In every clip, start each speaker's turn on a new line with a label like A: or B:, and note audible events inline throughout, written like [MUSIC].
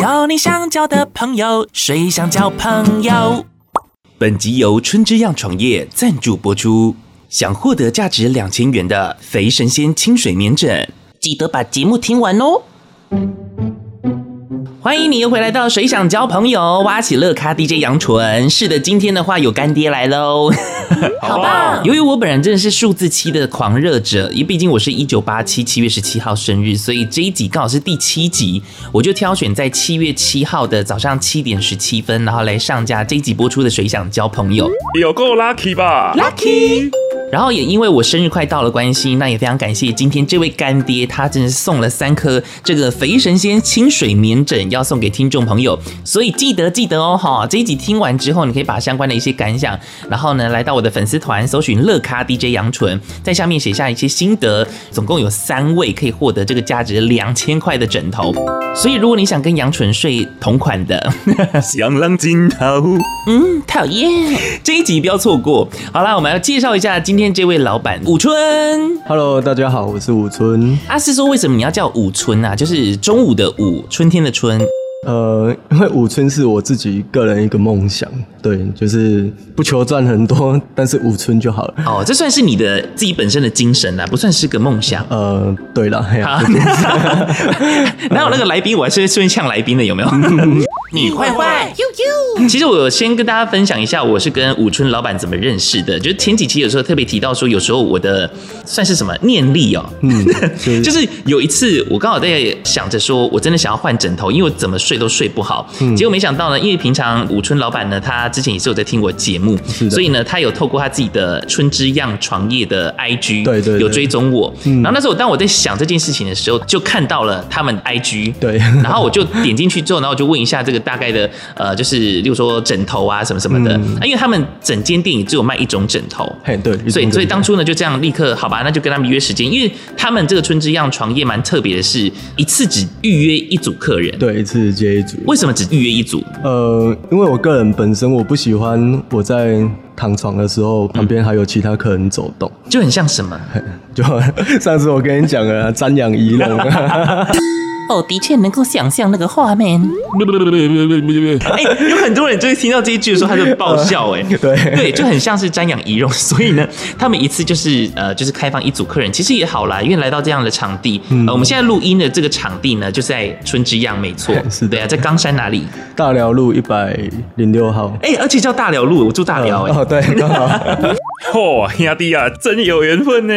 A: 交你想交的朋友，谁想交朋友？本集由春之漾创业赞助播出。想获得价值两千元的肥神仙清水棉枕，记得把节目听完哦。欢迎你又回来到《谁想交朋友》，挖起乐咖 DJ 杨纯。是的，今天的话有干爹来喽。
B: 好棒
A: 由于我本人真的是数字七的狂热者，也毕竟我是一九八七七月十七号生日，所以这一集刚好是第七集，我就挑选在七月七号的早上七点十七分，然后来上架这一集播出的《谁想交朋友》。
B: 有够
A: [LAUGHS]
B: lucky 吧？
A: Lucky。然后也因为我生日快到了关系，那也非常感谢今天这位干爹，他真是送了三颗这个肥神仙清水棉枕，要送给听众朋友，所以记得记得哦哈！这一集听完之后，你可以把相关的一些感想，然后呢来到我的粉丝团搜寻乐咖 DJ 杨纯，在下面写下一些心得，总共有三位可以获得这个价值两千块的枕头，所以如果你想跟杨纯睡同款的， [LAUGHS]
B: 想浪尽头，
A: 嗯，讨厌，这一集不要错过。好啦，我们要介绍一下今天这位老板武春。
C: Hello，大家好，我是吴春。
A: 阿、是说为什么你要叫武春啊？就是中午的午，春天的春。
C: 呃，因为吴春是我自己个人一个梦想，对，就是不求赚很多， [LAUGHS] 但是吴春就好了。
A: 哦，这算是你的自己本身的精神啊啦，不算是个梦 [LAUGHS] 想。
C: 呃，对了，嘿
A: 好
C: 呀，，
A: 哪有那个来宾，我还是顺便呛来宾的，有没有？你坏坏。其实我先跟大家分享一下，我是跟武春老板怎么认识的。就是前几期有时候特别提到说，有时候我的算是什么念力哦， [LAUGHS] 嗯，
C: 是
A: 就是有一次我刚好在想着说，我真的想要换枕头，因为我怎么睡都睡不好。
C: 嗯
A: 结果没想到呢，因为平常武春老板呢，他之前也是有在听我节目，
C: 的
A: 所以呢，他有透过他自己的春之漾创业的 IG，
C: 对嗯对对
A: 有追踪我。然后那时候当我在想这件事情的时候，就看到了他们 IG， [LAUGHS]
C: 对
A: 然后我就点进去之后，然后我就问一下这个大概的，呃，就是例如说枕头啊什么什么的，啊因为他们整间店也只有卖一种枕头。
C: 嗯嘿，嗯对，
A: 所以，
C: 一种
A: 所以当初呢，就这样立刻好吧，那就跟他们约时间，因为他们这个春之漾床夜蛮特别的是，一次只预约一组客人。，
C: 对一次接一组。
A: 为什么只预约一组？
C: 呃，因为我个人本身我不喜欢我在躺床的时候旁边还有其他客人走动， [LAUGHS]
A: 就很像什么？
C: 就 [LAUGHS] 上次我跟你讲了瞻仰仪容， [LAUGHS]
A: 哦，的确能够想象那个画面。哎、有很多人就是听到这一句的时候，他就爆笑、哎、
C: 嗯 [LAUGHS] 对
A: 对，就很像是瞻仰仪容。所以呢，他们一次就是呃，就是开放一组客人，其实也好啦，因为来到这样的场地，
C: 嗯
A: 呃，我们现在录音的这个场地呢，就在春之漾，没错，
C: [LAUGHS] 是的
A: 对啊，在冈山哪里？
C: 大寮路一百零六号。
A: 哎、而且叫大寮路，我住大寮、哎、
C: 哦，对， [LAUGHS]
A: [LAUGHS]
C: 刚好。
B: 嚯、兄弟啊，真有缘分呢！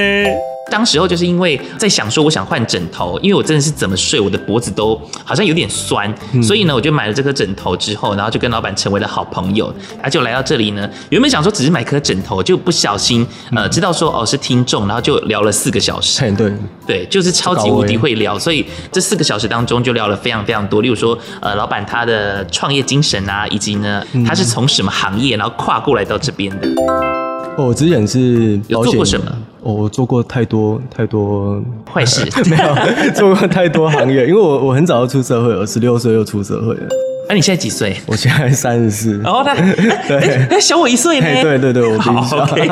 A: 当时候就是因为在想说，我想换枕头，因为我真的是怎么睡，我的脖子都好像有点酸，
C: 嗯
A: 所以呢，我就买了这颗枕头之后，然后就跟老板成为了好朋友，他就来到这里呢。原本想说只是买颗枕头，就不小心呃知道说哦是听众，然后就聊了四个小时，
C: 嗯嘿，对，
A: 对，就是超级
C: 搞
A: 无敌
C: 欸
A: 会聊，所以这四个小时当中就聊了非常非常多，例如说呃老板他的创业精神啊，以及呢
C: 嗯
A: 他是从什么行业然后跨过来到这边的，
C: 哦我之前是
A: 有
C: 保
A: 做
C: 险
A: 过什么？
C: 哦，我做过太多太多，
A: 坏
C: [LAUGHS]
A: 事。
C: 没有做过太多行业，因为我我很早就出社会了，十六岁就出社会了，
A: 那、啊你现在几岁？哦
C: [LAUGHS] 我现在三十四。
A: 然后他，
C: 对
A: 他小我一岁
C: 嘿，对对对，我比你
A: 好
C: 小。
A: ，OK，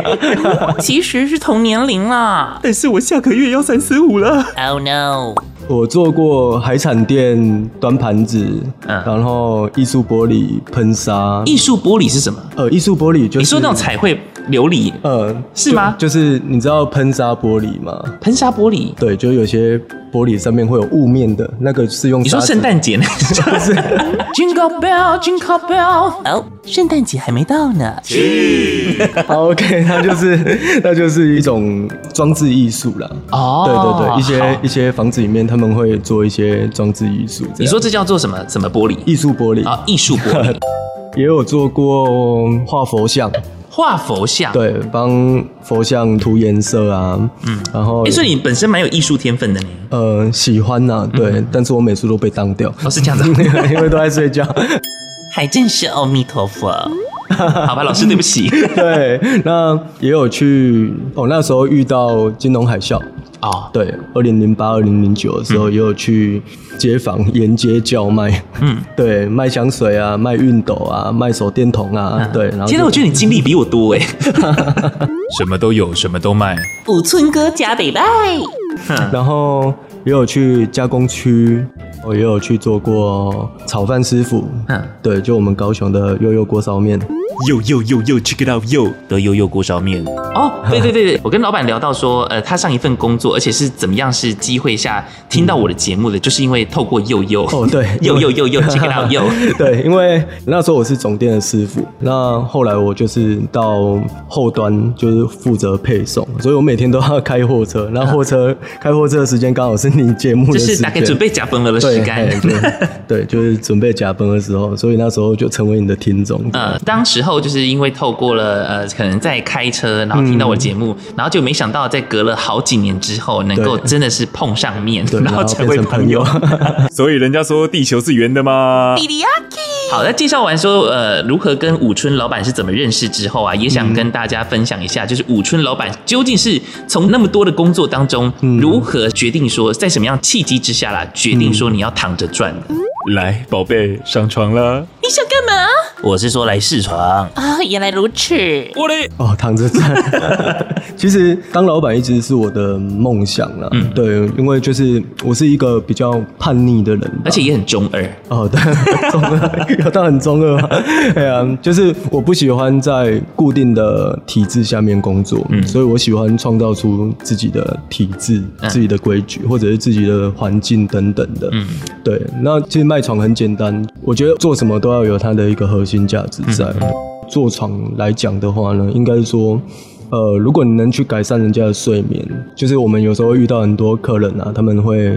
A: 其 [LAUGHS] 实是同年龄啦。
B: 但是我下个月要三十五了，
A: Oh no！
C: [LAUGHS] 我做过海产店端盘子，
A: 嗯
C: 然后艺术玻璃喷砂，
A: 艺术玻璃是什么？
C: 呃，艺术玻璃就是
A: 你说那种彩绘琉璃、
C: 呃
A: 是吗
C: 就就是你知道喷砂玻璃吗？
A: 喷砂玻璃？
C: 对，就有些玻璃上面会有雾面的，那个是用
A: 你说
C: 砂纸
A: 圣诞节那个 [LAUGHS] ？Jingle bell, jingle bell。哦，圣诞节还没到呢。
C: 好 OK，
A: [LAUGHS]
C: 它就是它就是一种装置艺术啦。
A: 哦
C: 对对对，一些
A: 好
C: 一些房子里面他们会做一些装置艺术这样。
A: 你说这叫做什么？什么玻璃？
C: 艺术玻璃
A: 啊，艺术玻璃，
C: 也有做过画佛像，
A: 画佛像。。
C: 对，帮佛像涂颜色啊，嗯，然后
A: 哎，所以你本身蛮有艺术天分的呢。
C: 呃喜欢呐、对，但是我每次都被当掉，
A: 哦，是这样子。
C: [LAUGHS] 因为都在睡觉。
A: [LAUGHS] 还真是阿弥陀佛。好吧，老师，对不起。
C: 对，那也有去，哦，那时候遇到金融海啸，
A: [LAUGHS] 哦，
C: 对，二零零八、二零零九的时候，也有去街坊沿街叫卖，嗯， [LAUGHS] 对，卖香水啊，卖熨斗啊，卖手电筒啊，
A: 嗯
C: 对，然后
A: 现在我觉得你经历比我
C: [LAUGHS]
A: 多哎。
B: 什么都有，什么都卖，
D: 五寸哥加北拜，
C: 然后也有去加工区我也有去做过炒饭师傅，
A: 嗯
C: 对，就我们高雄的悠悠锅烧面，
B: 又又又又 check it out 又
A: 的悠悠锅烧面哦，对对对对，我跟老板聊到说，呃，他上一份工作，而且是怎么样是机会下听到我的节目的，就是因为透过悠悠 [LAUGHS]
C: 哦对
A: 悠悠悠悠 check it out 悠，
C: [LAUGHS] 对，因为那时候我是总店的师傅，那后来我就是到后端就是负责配送，所以我每天都要开货车，那货车开货车的时间刚好是你节目
A: 嗯就
C: 的时
A: 是大
C: 间
A: 概。准备假崩了的
C: 对
A: 时干。
C: 嘿
A: [LAUGHS]
C: 对对，就是准备假崩的时候，所以那时候就成为你的听众。
A: 呃，当时候就是因为透过了呃，可能在开车，然后听到我节目，然后就没想到在隔了好几年之后，能够
C: 嗯对
A: 真的是碰上面，
C: 对，然
A: 然后
C: 后
A: 成
C: 变
A: 为
C: 成
A: 朋
C: 朋
A: 友
C: 友。。
B: 所以人家说地球是圆的吗？
A: 好，那介绍完说呃如何跟武春老板是怎么认识之后啊，也想跟大家分享一下，就是武春老板究竟是从那么多的工作当中，如何决定说在什么样契机之下啦，决定说你要躺着赚的。
B: 来，宝贝，上床啦！
D: 你想干嘛？
A: 我是说来试床，
D: 啊、原来如此。
B: 我嘞，
C: 哦，躺着站。 [LAUGHS] 其实当老板一直是我的梦想了，
A: 嗯
C: 对，因为就是我是一个比较叛逆的人吧，
A: 而且也很中二。
C: 哦，对， [LAUGHS] 中二，有到很中二吗？ [LAUGHS] 哎呀，就是我不喜欢在固定的体制下面工作，所以我喜欢创造出自己的体制、
A: 嗯
C: 自己的规矩，或者是自己的环境等等的。嗯，对。那其实卖床很简单，我觉得做什么都要有它的一个核心价值在。做床来讲的话呢，应该说。呃，如果你能去改善人家的睡眠，就是我们有时候会遇到很多客人啊，他们会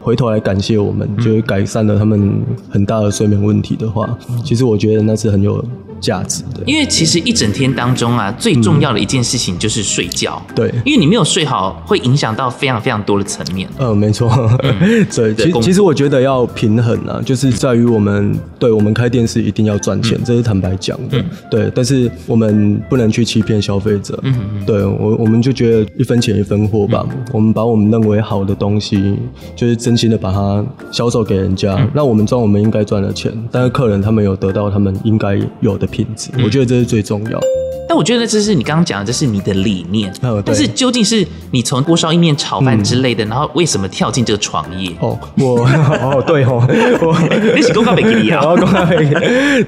C: 回头来感谢我们，就是改善了他们很大的睡眠问题的话，其实我觉得那是很有价值的。
A: 因为其实一整天当中啊，最重要的一件事情就是睡觉。
C: 对
A: 因为你没有睡好，会影响到非常非常多的层面。
C: 嗯，没错， [LAUGHS] 对，
A: 嗯对
C: 其
A: 工
C: 其实我觉得要平衡啊，就是在于我们对我们开店是一定要赚
A: 嗯
C: 钱，这是坦白讲的，对，但是我们不能去欺骗消费者，
A: 嗯
C: 对我我们就觉得一分钱一分货吧，我们把我们认为好的东西，就是真心的把它销售给人家，
A: 嗯
C: 那我们赚我们应该赚的钱，但是客人他们有得到他们应该有的品质，
A: 嗯
C: 我觉得这是最重要。
A: 但我觉得这是你刚刚讲的，这是你的理念。
C: 嗯对
A: 但是究竟是你从锅烧意面、炒饭之类的，然后为什么跳进这个创业？
C: 哦，我 [LAUGHS] 哦对哦，
A: [LAUGHS]
C: 我
A: 你是公告没给你
C: 我 [LAUGHS]
A: 啊？
C: 要公开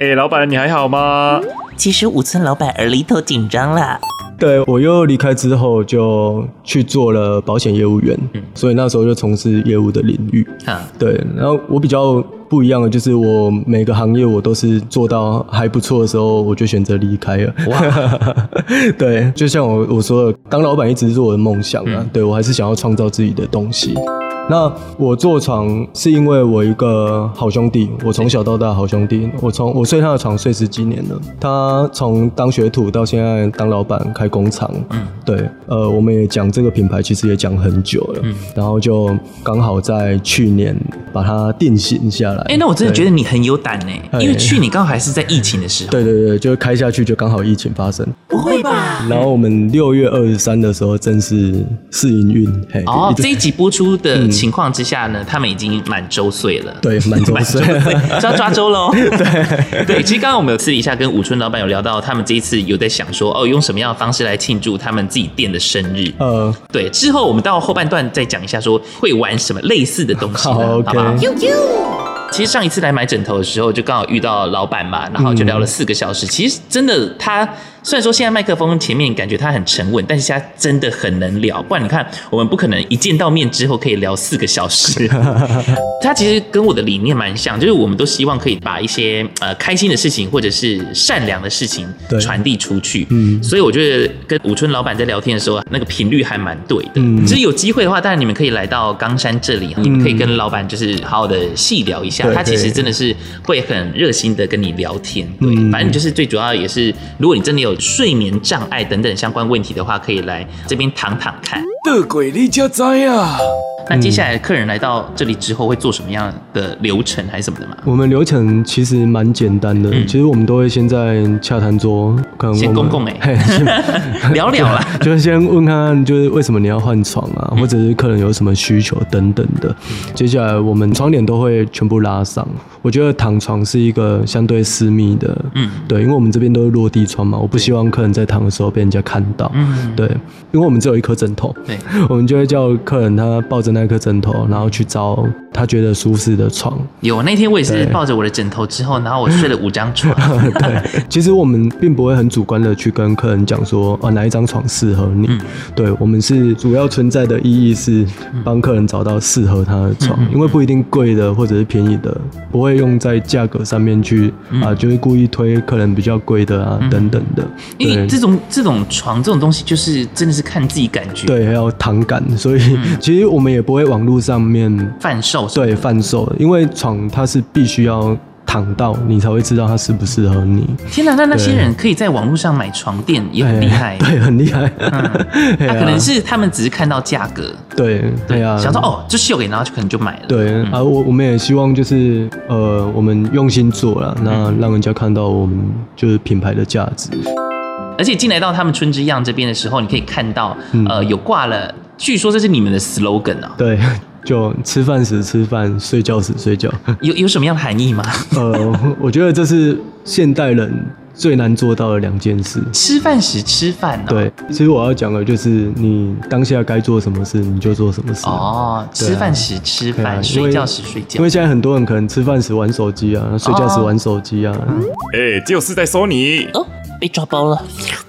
B: 哎、老板你还好吗？
D: 其实五村老板耳里头紧张了。
C: 对我又离开之后，就去做了保险业务员，所以那时候就从事业务的领域。
A: 啊，
C: 对，然后我比较不一样的就是，我每个行业我都是做到还不错的时候，我就选择离开了。哇， [LAUGHS] 对，就像我我说的，当老板一直是我的梦想啊，对我还是想要创造自己的东西。那我做床是因为我一个好兄弟，我从小到大好兄弟，我从我睡他的床睡十几年了。他从当学徒到现在当老板开工厂，嗯，对，呃，我们也讲这个品牌，其实也讲很久了，嗯，然后就刚好在去年把它定型下来。
A: 哎、那我真的觉得你很有胆呢、
C: 哎
A: 因为去年刚好还是在疫情的时候。
C: 对对对，就是开下去就刚好疫情发生，
D: 不会
A: 嗯
D: 吧？
C: 然后我们六月二十三的时候正式试营运，嘿，
A: 哦
C: 一，直
A: 这一集播出的情况之下呢，他们已经满周岁了。
C: 嗯对满周
A: [LAUGHS]
C: 岁
A: 满岁是要抓周喽。对对，其实刚刚我们有私底下跟武春老板有聊到，他们这一次有在想说，哦，用什么样的方式来庆祝他们自己店的生日。
C: [LAUGHS] 呃，
A: 对，之后我们到后半段再讲一下，说会玩什么类似的东西呢，好
C: [LAUGHS] 好
A: 不好
C: OK？
D: 呦呦，
A: 其实上一次来买枕头的时候，就刚好遇到老板嘛，然后就聊了四个小时。其实真的他，虽然说现在麦克风前面感觉他很沉稳，但是他真的很能聊。不然你看，我们不可能一见到面之后可以聊四个小
C: [LAUGHS]
A: 时。他其实跟我的理念蛮像，就是我们都希望可以把一些呃开心的事情或者是善良的事情
C: 对
A: 传递出去。
C: 嗯
A: 所以我觉得跟武春老板在聊天的时候，啊那个频率还蛮对的。
C: 嗯
A: 其实有机会的话，当然你们可以来到冈山这里，啊你们可以跟老板就是好好的细聊一下。
C: 对
A: 他其实
C: 对
A: 真的是会很热心的跟你聊天。对，
C: 嗯
A: 反正就是最主要也是，如果你真的有睡眠障碍等等相关问题的话，可以来这边躺躺看。
B: 的鬼你家灾啊呀！
A: 那
C: 嗯
A: 接下来客人来到这里之后会做什么样的流程还是什么的吗？
C: 我们流程其实蛮简单的，其实我们都会先在洽谈桌，可能我们
A: 嗯先公共欸
C: [LAUGHS] 嘿先
A: [LAUGHS] 聊聊
C: [LAUGHS]
A: 啦。
C: 就是先问看看，就是为什么你要换床
A: 嗯
C: 啊，或者是客人有什么需求等等的。接下来我们窗帘都会全部拉上。我觉得躺床是一个相对私密的，
A: 嗯
C: 对，因为我们这边都是落地窗嘛，我不希望客人在躺的时候被人家看到，
A: 嗯
C: 对，因为我们只有一颗枕头，
A: 对，
C: [LAUGHS] 我们就会叫客人他抱着那颗枕头，然后去找他觉得舒适的床。
A: 有那天我也是
C: 对
A: 抱着我的枕头之后，然后我睡了五张床，
C: [LAUGHS] 对，其实我们并不会很主观的去跟客人讲说，啊哪一张床适合你。对我们是主要存在的意义是帮客人找到适合他的床，因为不一定贵的或者是便宜的，不会用在价格上面去、啊，就是故意推客人比较贵的啊、等等的。
A: 因为
C: 对
A: 这种这种床这种东西就是真的是看自己感觉，，
C: 对，还有躺感，所以其实我们也不会网络上面
A: 贩售什么
C: 对贩售，因为床它是必须要躺到你才会知道它适不适合你。
A: 天哪，那那些
C: 对
A: 人可以在网络上买床垫也很厉害
C: 哎，对，很厉害。
A: 他
C: [LAUGHS] 对啊
A: 可能是他们只是看到价格，
C: 对对呀，
A: 想说哦，嗯就秀给，然后就可能就买了，，
C: 对啊，我我们也希望就是呃，我们用心做了，
A: 嗯
C: 那让人家看到我们就是品牌的价值。
A: 而且进来到他们春之漾这边的时候，你可以看到，
C: 嗯
A: 呃，有挂了，据说这是你们的 slogan
C: [LAUGHS]
A: 啊，
C: 对，就吃饭时吃饭，睡觉时睡觉。 [LAUGHS]
A: 有有什么样的含义吗？
C: 呃，我觉得这是现代人最难做到的两件事。
A: 吃饭时吃饭哦，，
C: 对，其实我要讲的就是你当下该做什么事，你就做什么事。
A: 哦，
C: 对啊
A: 吃饭时吃
C: 对啊
A: 饭，
C: 因
A: 睡
C: 为
A: 觉时睡觉
C: 因为，现在很多人可能吃饭时玩手机啊，睡觉时
A: 哦
C: 玩手机啊，
A: 嗯
B: 哎、就是在说你。
D: 哦，被抓包了。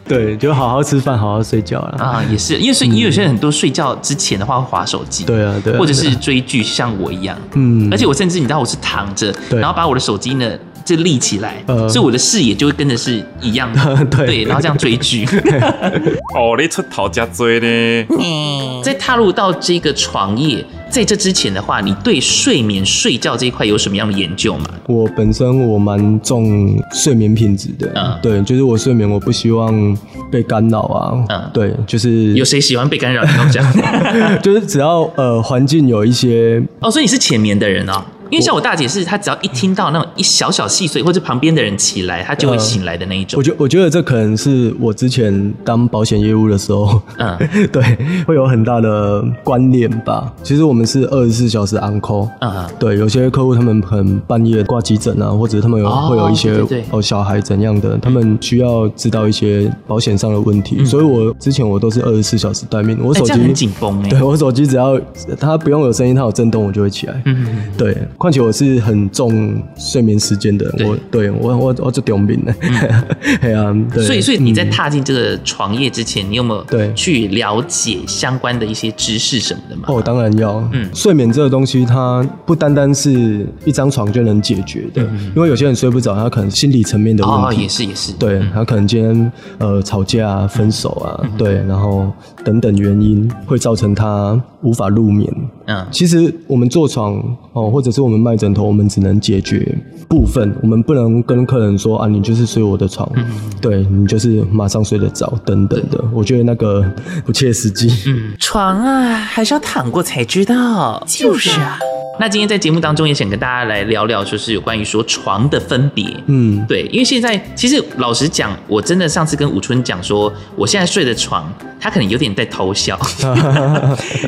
C: 对，就好好吃饭，好好睡觉啦。
A: 啊，也是，因为睡，因为有些人很多睡觉之前的话会划手机，
C: 对啊，对啊，
A: 或者
C: 对
A: 是
C: 啊
A: 追剧，像我一样，
C: 嗯，
A: 而且我甚至你知道我是躺着，
C: 对
A: 然后把我的手机呢就立起来，
C: 呃
A: 所以我的视野就会跟着是一样的，
C: [LAUGHS] 对
A: 然后这样追
C: [LAUGHS]
A: 剧。
B: 哦，你出头加追呢？
A: [LAUGHS]
D: 嗯，
A: 在踏入到这个床业，在这之前的话，你对睡眠、睡觉这一块有什么样的研究吗？
C: 我本身我蛮重睡眠品质的，
A: 嗯
C: 对，就是我睡眠我不希望被干扰啊，
A: 嗯
C: 对，就是
A: 有谁喜欢被干扰？你跟我讲
C: [LAUGHS] 就是只要呃环境有一些
A: 哦，所以你是浅眠的人哦。因为像我大姐是，她只要一听到那种一小小细碎，或者旁边的人起来，她就会醒来的那一种
C: 呃我。觉我觉得这可能是我之前当保险业务的时候，
A: 嗯
C: [LAUGHS] 对，会有很大的关联吧。其实我们是二十四小时 on call，、
A: 嗯
C: 对，有些客户他们可能半夜挂急诊啊，或者他们有、
A: 哦
C: 会有一些
A: 对对对
C: 哦小孩怎样的，他们需要知道一些保险上的问题，所以我之前我都是二十四小时待命，我
A: 嗯哎
C: 手
A: 这样
C: 机、
A: 很紧绷哎。
C: 对我手机只要它不用有声音，它有震动，我就会起来。
A: 嗯嗯
C: 对，况且我是很重睡眠时间的人，
A: 对嗯
C: 我对我我我就中病了。 [LAUGHS] 哎呀、对，
A: 所以，所以你在
C: 嗯
A: 踏进这个床业之前，你有没有
C: 对
A: 去了解相关的一些知识什么的吗？
C: 哦，当然要。
A: 嗯
C: 睡眠这个东西，它不单单是一张床就能解决的，因为有些人睡不着，他可能心理层面的
A: 嗯哦，
C: 问题。
A: 也是也是，
C: 对他可能今天呃吵架啊、分手啊，
A: 嗯
C: 对，然后等等原因会造成他无法入眠。
A: 嗯，
C: 其实我们做床哦，或者是我们卖枕头，我们只能解决部分，我们不能跟客人说啊，你就是睡我的床，
A: 嗯
C: 对你就是马上睡得着等等的。我觉得那个不切实际。
A: 嗯
D: 床啊，还是要躺过才知道。就是啊，
A: 那今天在节目当中也想跟大家来聊聊，就是有关于说床的分别。
C: 嗯，
A: 对，因为现在其实老实讲，我真的上次跟武春讲说，我现在睡的床，他可能有点在偷
C: [LAUGHS]
A: 笑，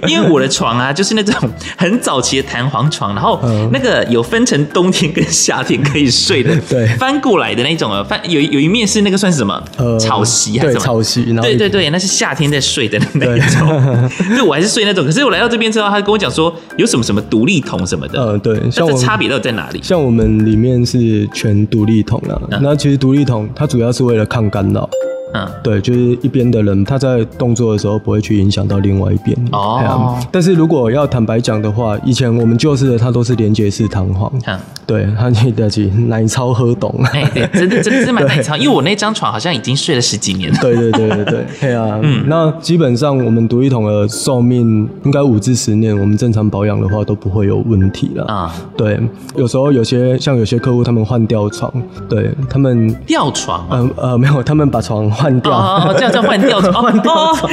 A: 因为我的床啊，就是那种很早期的弹簧床，然后
C: 嗯
A: 那个有分成冬天跟夏天可以睡的，
C: [LAUGHS] 对
A: 翻过来的那种啊，翻有有一面是那个算是什么
C: 呃，
A: 草席嗯还是
C: 对
A: 什么？
C: 草席，然后
A: 对对对，那是夏天在睡的那一种， [LAUGHS] 对我还是睡那种。可是我来到这边之后，他跟我讲说有什么什么独立桶什么的，
C: 呃对，
A: 那
C: 像
A: 这
C: 我
A: 差别到底在哪里？
C: 像我们里面是全独立筒啦，
A: 嗯
C: 那其实独立筒它主要是为了抗干扰，
A: 嗯，
C: 对，就是一边的人他在动作的时候不会去影响到另外一边。
A: 哦
C: 哎呀但是如果要坦白讲的话，以前我们旧式的它都是连接式弹簧，
A: 嗯
C: 对，它那得起奶超喝
A: [LAUGHS]
C: 懂。
A: 哎、对，真的真的是蛮耐操，因为我那张床好像已经睡了十几年了。
C: [LAUGHS] 对对对对对，对啊，
A: 嗯
C: 那基本上我们独立桶的寿命应该五至十年，我们正常保养的话都不会有问题了。
A: 啊、
C: 对，有时候有些像有些客户他们换掉床，对他们，
A: 吊床啊。
C: 呃呃没有，他们把床换掉，
A: 哦，这样这样换吊床，换吊床、
D: [LAUGHS]
A: 哦，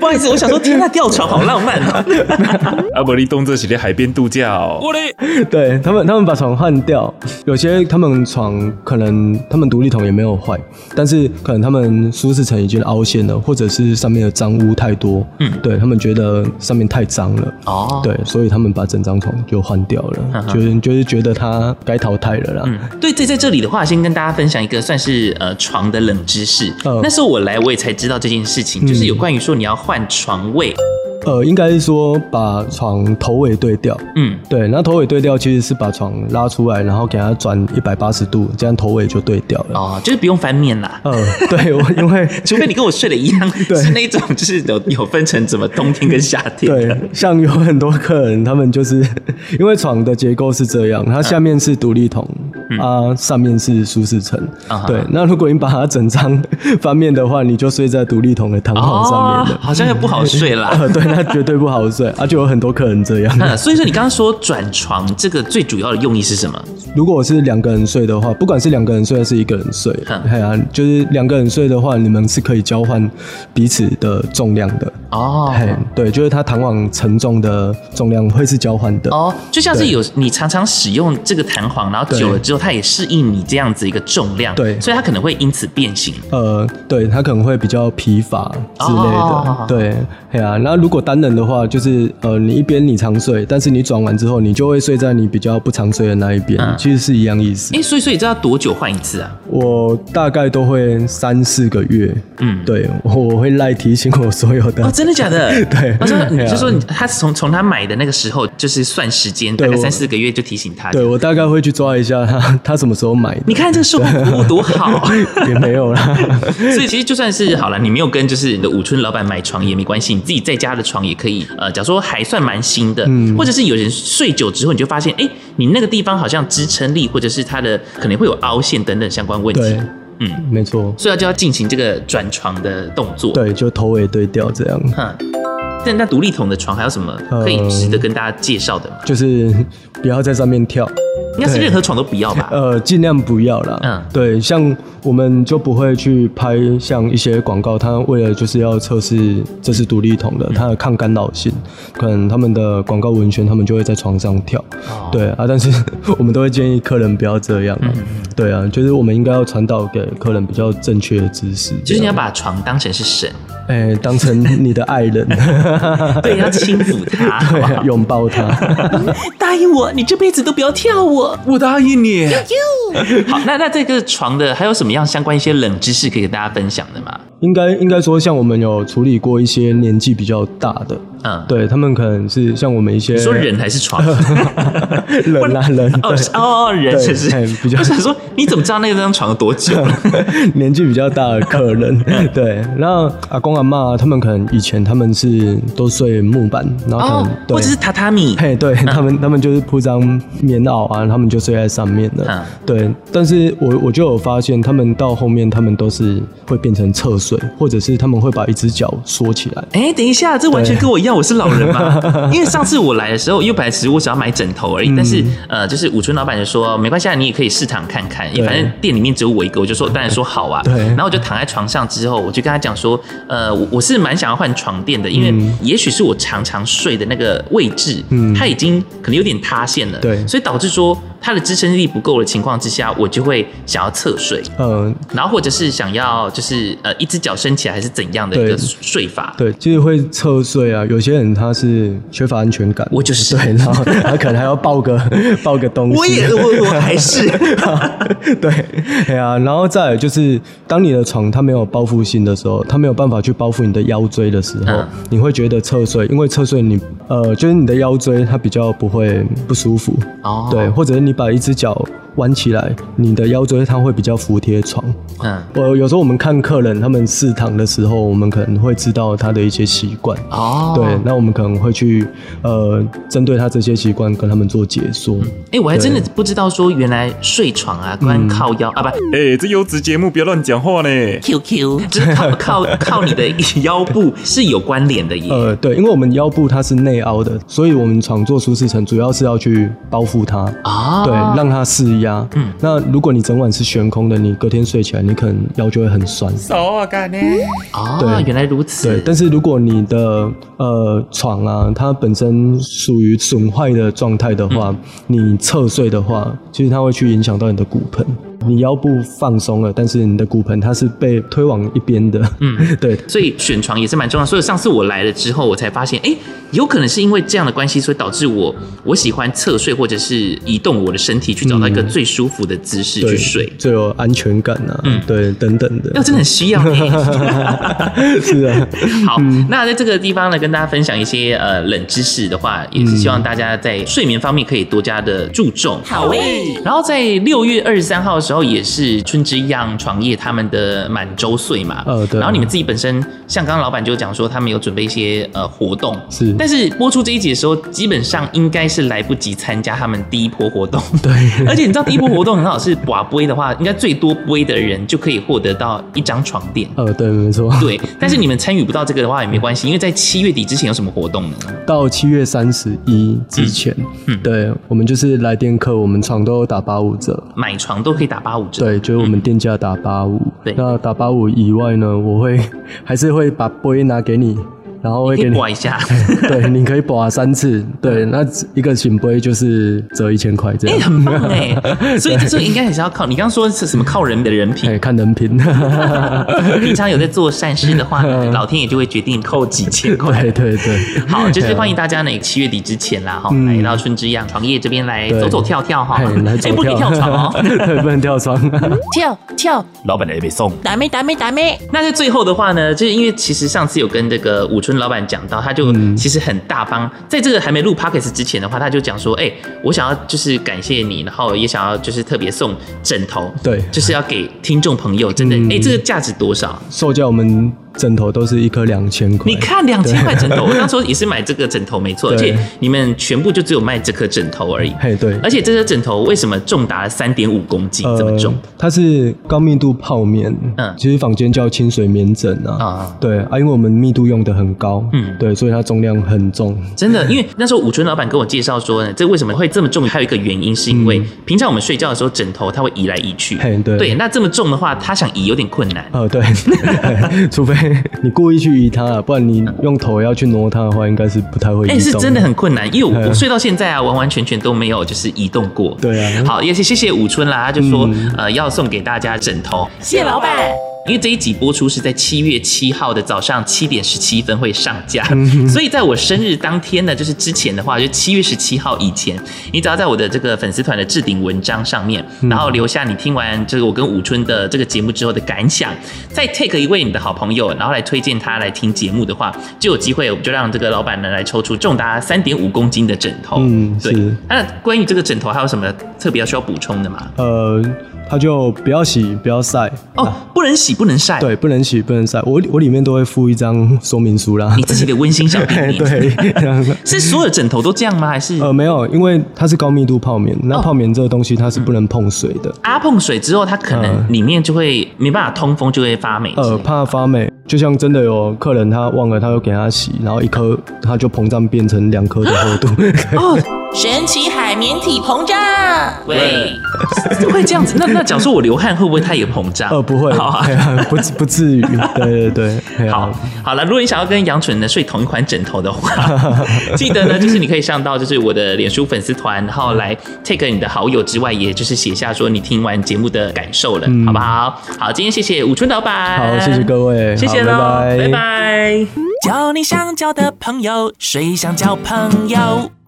A: 不好意思，我想说，天呐，吊床好浪漫哦。
B: 阿伯利东这是在海边度假哦。
A: 我嘞，
C: [LAUGHS] 对他们，他们把床换掉，有些他们床可能他们独立桶也没有坏，但是可能他们舒适层已经凹陷了，或者是上面的脏污太多，嗯，对他们觉得上面太脏了。
A: 哦，啊
C: 对，所以他们把整张床就换掉了，就是就是觉得它该淘汰了啦。
A: 嗯对，在在这里的话，先跟大家分享一个算是呃床的冷知识。
C: 嗯
A: 那时候我来，我也才知道这件事情，就是有关于说你要换床位。
C: 呃，应该是说把床头尾对调。
A: 嗯，
C: 对，那头尾对调其实是把床拉出来，然后给它转一百八十度，这样头尾就对调了。
A: 哦，就是不用翻面啦。
C: 嗯， [LAUGHS] 对，我因为
A: 除非你跟我睡的一
C: [LAUGHS]
A: 样，是那种就是有有分成怎么冬天跟夏天的。
C: 对，像有很多客人，他们就是 [LAUGHS] 因为床的结构是这样，
A: 嗯
C: 它下面是独立筒，啊，上面是舒适层
A: 啊哈。
C: 对，那如果你把它整张翻面的话，你就睡在独立筒的弹簧上面
A: 哦
C: 的，。
A: 好像又不好睡啦。
C: [LAUGHS] 呃，对，那绝对不好睡， [LAUGHS] 而且有很多客人这样。
A: 哦嗯，所以说你刚刚说转床这个最主要的用意是什么？
C: 如果是两个人睡的话，不管是两个人睡还是一个人睡
A: 嗯，
C: 哎呀，就是两个人睡的话，你们是可以交换彼此的重量的。
A: 哦
C: 嘿，对，就是它弹簧承重的重量会是交换的。
A: 哦，就像是
C: 对
A: 有你常常使用这个弹簧，然后
C: 对
A: 久了之后，它也适应你这样子一个重量，
C: 对
A: 所以它可能会因此变形。
C: 呃，对，它可能会比较疲乏之类的，
A: 哦
C: 对，嘿啊。那如果单人的话，就是呃，你一边你常睡，但是你转完之后，你就会睡在你比较不常睡的那一边，
A: 嗯
C: 其实是一样意思
A: 哎、。所以所以这要多久换一次啊？
C: 我大概都会三四个月，
A: 嗯，
C: 对我我会赖提醒我所有的，
A: 哦，真的假的？
C: [LAUGHS] 对
A: 他说你
C: 对啊
A: 就说你他从从他买的那个时候就是算时间，大
C: 对
A: 概
C: 我
A: 三四个月就提醒他。
C: 对我大概会去抓一下他他什么时候买的，
A: 你看这个售后服务多
C: [LAUGHS]
A: 好，
C: 也没
A: [LAUGHS]
C: 有啦。
A: 所以其实就算是好了，你没有跟就是你的五村老板买床也没关系，你自己在家的床也可以。呃，假如说还算蛮新的，
C: 嗯
A: 或者是有人睡久之后，你就发现，哎、你那个地方好像支撑力或者是它的可能会有凹陷等等相关问
C: 对
A: 题，，嗯，
C: 没错，
A: 所以就要进行这个转床的动作。，
C: 对，就头尾对调这样。
A: 嗯。但那独立筒的床还有什么可以值得跟大家介绍的吗？
C: 就是不要在上面跳，
A: 应该是
C: 对
A: 任何床都不要吧？
C: 呃，尽量不要啦。
A: 嗯
C: 嗯，对，像我们就不会去拍像一些广告，它为了就是要测试这是独立筒
A: 嗯
C: 的，它的抗干扰性，可能他们的广告文宣他们就会在床上跳。
A: 哦嗯
C: 对啊，但是 [LAUGHS] 我们都会建议客人不要这样、啊。对啊，就是我们应该要传导给客人比较正确的知识。
A: 就是你
C: 这
A: 要
C: 样
A: 把床当成是神，
C: 哎、当成你的爱人，
A: [LAUGHS]
C: [LAUGHS]
A: 对，要轻抚它，好
C: 对
A: 不
C: 啊
A: 好？
C: 拥抱他。
D: 答应我，你这辈子都不要跳我。
B: 我答应你。
A: 好，那那这个床的还有什么样相关一些冷知识可以跟大家分享的吗？
C: 应该应该说，像我们有处理过一些年纪比较大的，
A: 嗯，
C: 对他们可能是像我们一些
A: 你说人还是
C: [LAUGHS]
A: 床？
C: 人啊人，
A: [LAUGHS] 哦是哦，哦人
C: 对
A: 是是
C: 哎比较
A: 我想说，你怎么知道那张床有多
C: [LAUGHS]
A: 久了？
C: 对年纪比较大的客人，
A: [LAUGHS]
C: 对。那阿公阿嬷他们可能以前他们是都睡木板，然后
A: 哦
C: 可能，对
A: 或者是啊榻榻米？
C: 嘿，对他们，他们就是铺张棉袄啊，他们就睡在上面的。
A: 嗯
C: 对，但是我我就有发现，他们到后面，他们都是会变成侧睡，或者是他们会把一只脚缩起来。
A: 哎，等一下，这完全跟我一样，我是老人
C: [LAUGHS]
A: 吗？因为上次我来的时候，因为本来其实我只要买枕头
C: 嗯
A: 而已，但是呃，就是武春老板就说没关系，啊，你也可以试躺看看，因为
C: 对
A: 反正店里面只有我一个，我就说当然说好啊。
C: 对
A: 然后我就躺在床上之后，我就跟他讲说，呃，我我是蛮想要换床垫的，因为
C: 嗯
A: 也许是我常常睡的那个位置，它已经可能有点塌陷了，
C: 对
A: 所以导致说它的支撑力不够的情况之下，我就会想要侧睡。
C: 嗯，
A: 然后或者是想要就是呃一只脚伸起来还是怎样的一个
C: 对
A: 睡法，
C: 对，就是会侧睡啊。有些人他是缺乏安全感，
A: 我就是
C: 对，然后他可能还要抱个 [LAUGHS] 抱个东西。
A: 我也我我还是
C: [LAUGHS] 对，哎呀、然后再来就是，当你的床它没有包覆性的时候，它没有办法去包覆你的腰椎的时候，
A: 嗯
C: 你会觉得侧睡，因为侧睡你呃，就是你的腰椎它比较不会不舒服，
A: [LAUGHS] 哦
C: 对，或者是你把一只脚弯起来，你的腰椎它会比较服贴床。
A: 嗯
C: 我有时候我们看客人他们试躺的时候，我们可能会知道他的一些习惯。
A: 哦
C: 对，那我们可能会去呃，针对他这些习惯跟他们做解说。
A: 哎、我还真的不知道说原来睡床啊，光靠
C: 嗯
A: 腰、啊，不，
B: 哎、这优质节目不要乱讲话呢。
D: QQ，
A: 就是靠靠 [LAUGHS] 靠你的腰部是有关联的耶。
C: 呃，对，因为我们腰部它是内凹的，所以我们床做舒适层主要是要去包覆它，
A: 啊、
C: 对，让它释压。嗯，那如果你整晚是悬空的，你隔天睡起来，你可能腰就会很酸。
B: 手啊，干呢？
A: 哦
C: 对，
A: 原来如
C: 对
A: 此，。
C: 但是如果你的呃床啊，它本身属于
A: 嗯
C: 损坏的状态的话，你侧睡的话，其实它会去影响到你的骨盆。你腰部放松了，但是你的骨盆它是被推往一边的。嗯， [LAUGHS] 对，
A: 所以选床也是蛮重要。所以上次我来了之后，我才发现，哎、有可能是因为这样的关系，所以导致我我喜欢侧睡或者是移动我的身体，去找到一个最舒服的姿势去
C: 嗯对，
A: 睡。嗯
C: 最有安全感啊，对，等等的。
A: 要真的很需要、
C: [LAUGHS]
A: 欸。
C: 是啊，
A: 好，那在这个地方呢，跟大家分享一些呃冷知识的话，也是希望大家在睡眠方面可以多加的注重。
D: 好诶，
A: 然后在六月二十三号的时候，也是春之漾创业他们的满周岁嘛。
C: 呃对
A: 然后你们自己本身，像刚刚老板就讲说，他们有准备一些呃活动，
C: 是
A: 但是播出这一集的时候，基本上应该是来不及参加他们第一波活动。
C: [LAUGHS] 对，
A: 而且你知道第一波活动很好，是寡杯的话，应该最多杯的人就可以获得到一张床垫。
C: 呃，对，没错。
A: [LAUGHS] 对，但是你们参与不到这个的话也没关系，因为在七月底之前有什么活动呢？
C: 到七月三十一之前，
A: 嗯
C: 对我们就是来电客，我们床都有打八五折。
A: 买床都可以打八五折。
C: 对，就是我们店家打八五、
A: 嗯对
C: 那打八五以外呢，我会 [LAUGHS] 还是会把杯拿给你，然后会
A: 可
C: 给
A: 以
C: 你。
A: 刮一
C: [LAUGHS]
A: 下。
C: 对，你可以把三次。对，那一个醒杯就是折一千块这
A: 哎、
C: 样。
A: 很棒哎、所以这这应该还是要靠你刚刚说是什么靠人的人
C: 哎、
A: 品，
C: [LAUGHS] 看人品。
A: 平常有在做善事的
C: [LAUGHS]
A: 话，
C: 嗯
A: 老天爷就会决定扣几千块。
C: 对对对， [LAUGHS]
A: 好，就是欢迎大家呢，七月底之前啦，哈、来到春之漾床业这边来
C: 嗯对
A: 走走跳跳哈，
C: 哎来
A: 哎、
C: 走。
A: 不可以跳床哦
C: [LAUGHS]
A: [LAUGHS]
C: 对，不能跳床。
D: 跳跳，
A: 老板来被送。
D: 打咩打咩打咩，
A: 那在最后的话呢，就是因为其实上次有跟这个武春老板讲到，他就
C: 嗯
A: 其实很大方，在这个还没录 podcast 之前的话，他就讲说，哎、我想要就是感谢你，然后也想要就是特别送枕头，
C: 对
A: 就是要给听众朋友，真的，哎、
C: 嗯
A: 这个价值多少？
C: 售价我们枕头都是一颗两千块。
A: 你看两千块枕
C: [LAUGHS]
A: 头，我当初也是买这个枕头没错，而
C: 对
A: 且你们全部就只有卖这颗枕头而已，
C: 嘿，对，
A: 而且这颗枕头为什么重达三点五公斤
C: 呃
A: 这么重？
C: 它是高密度泡棉，
A: 嗯
C: 其实坊间叫清水棉枕啊，
A: 啊？
C: 对啊，因为我们密度用的很高，
A: 嗯
C: 嗯，对，所以它重量很重，
A: 真
C: 嗯
A: 的，因为那时候武春老板跟我介绍说呢，这为什么会这么重？还有一个原因是因为、
C: 嗯
A: 平常我们睡觉的时候，枕头它会移来移去
C: 嘿，对
A: 那这么重的话，它想移有点困难。
C: 呃，
A: [LAUGHS]
C: 对，嘿除非你故意去移它啊，不然你用头要去挪它的话，应该是不太会移动。
A: 哎、是真的很困难，因为我我睡到现在啊，完完全全都没有就是移动过。
C: 嗯对啊
A: 好，也是谢谢武春啦，他就说、
C: 嗯
A: 呃要送给大家枕头，
D: 谢老板。
A: 因为这一集播出是在七月七号的早上七点十七分会上架，
D: 嗯
A: 所以在我生日当天呢，就是之前的话，就七月十七号以前，你只要在我的这个粉丝团的置顶文章上面，
D: 嗯
A: 然后留下你听完这个我跟武春的这个节目之后的感想，再 take 一位你的好朋友，然后来推荐他来听节目的话，就有机会我们就让这个老板呢来抽出重达三点五公斤的枕头。
C: 嗯
A: 对
C: 是。
A: 那关于这个枕头还有什么特别要需要补充的吗？
C: 呃，它就不要洗，不要晒，啊
A: 哦，
D: 啊
A: 不能洗，不能晒。。
C: 对，不能洗，不能晒。我我里面都会附一张说明书啦
A: 你。自己的温馨小秘密。
C: [LAUGHS] 对，这样
A: [LAUGHS] 是所有枕头都这样吗？还是
C: 呃没有，因为它是高密度泡棉，
A: 哦
C: 那泡棉这个东西它是不能碰水的，
A: 阿碰水之后，它可能里面就会没办法通风，就会发霉之类的？
C: 呃怕发霉。就像真的有客人他忘了，他又给他洗，然后一颗它就膨胀变成两颗的
A: [LAUGHS]
C: 厚度。
D: 神奇海绵体膨胀，
A: 喂，会这样子？那那假如说我流汗，会不会它也膨胀？
C: 呃不会，
A: 好啊
C: 嘿啊不 [LAUGHS] 不至于。对对对，嘿啊
A: 好，好了，如果你想要跟杨纯呢睡同一款枕头的
C: [LAUGHS]
A: 话，记得呢，就是你可以上到就是我的脸书粉丝团，然后来 take 你的好友之外，也就是写下说你听完节目的感受了，好不好？好，今天谢谢武春老板，
C: 嗯好，谢谢各位，
A: 谢谢
C: 好
A: 喽，
C: 拜
A: 拜拜
D: 交你想交的朋友，谁想交朋友？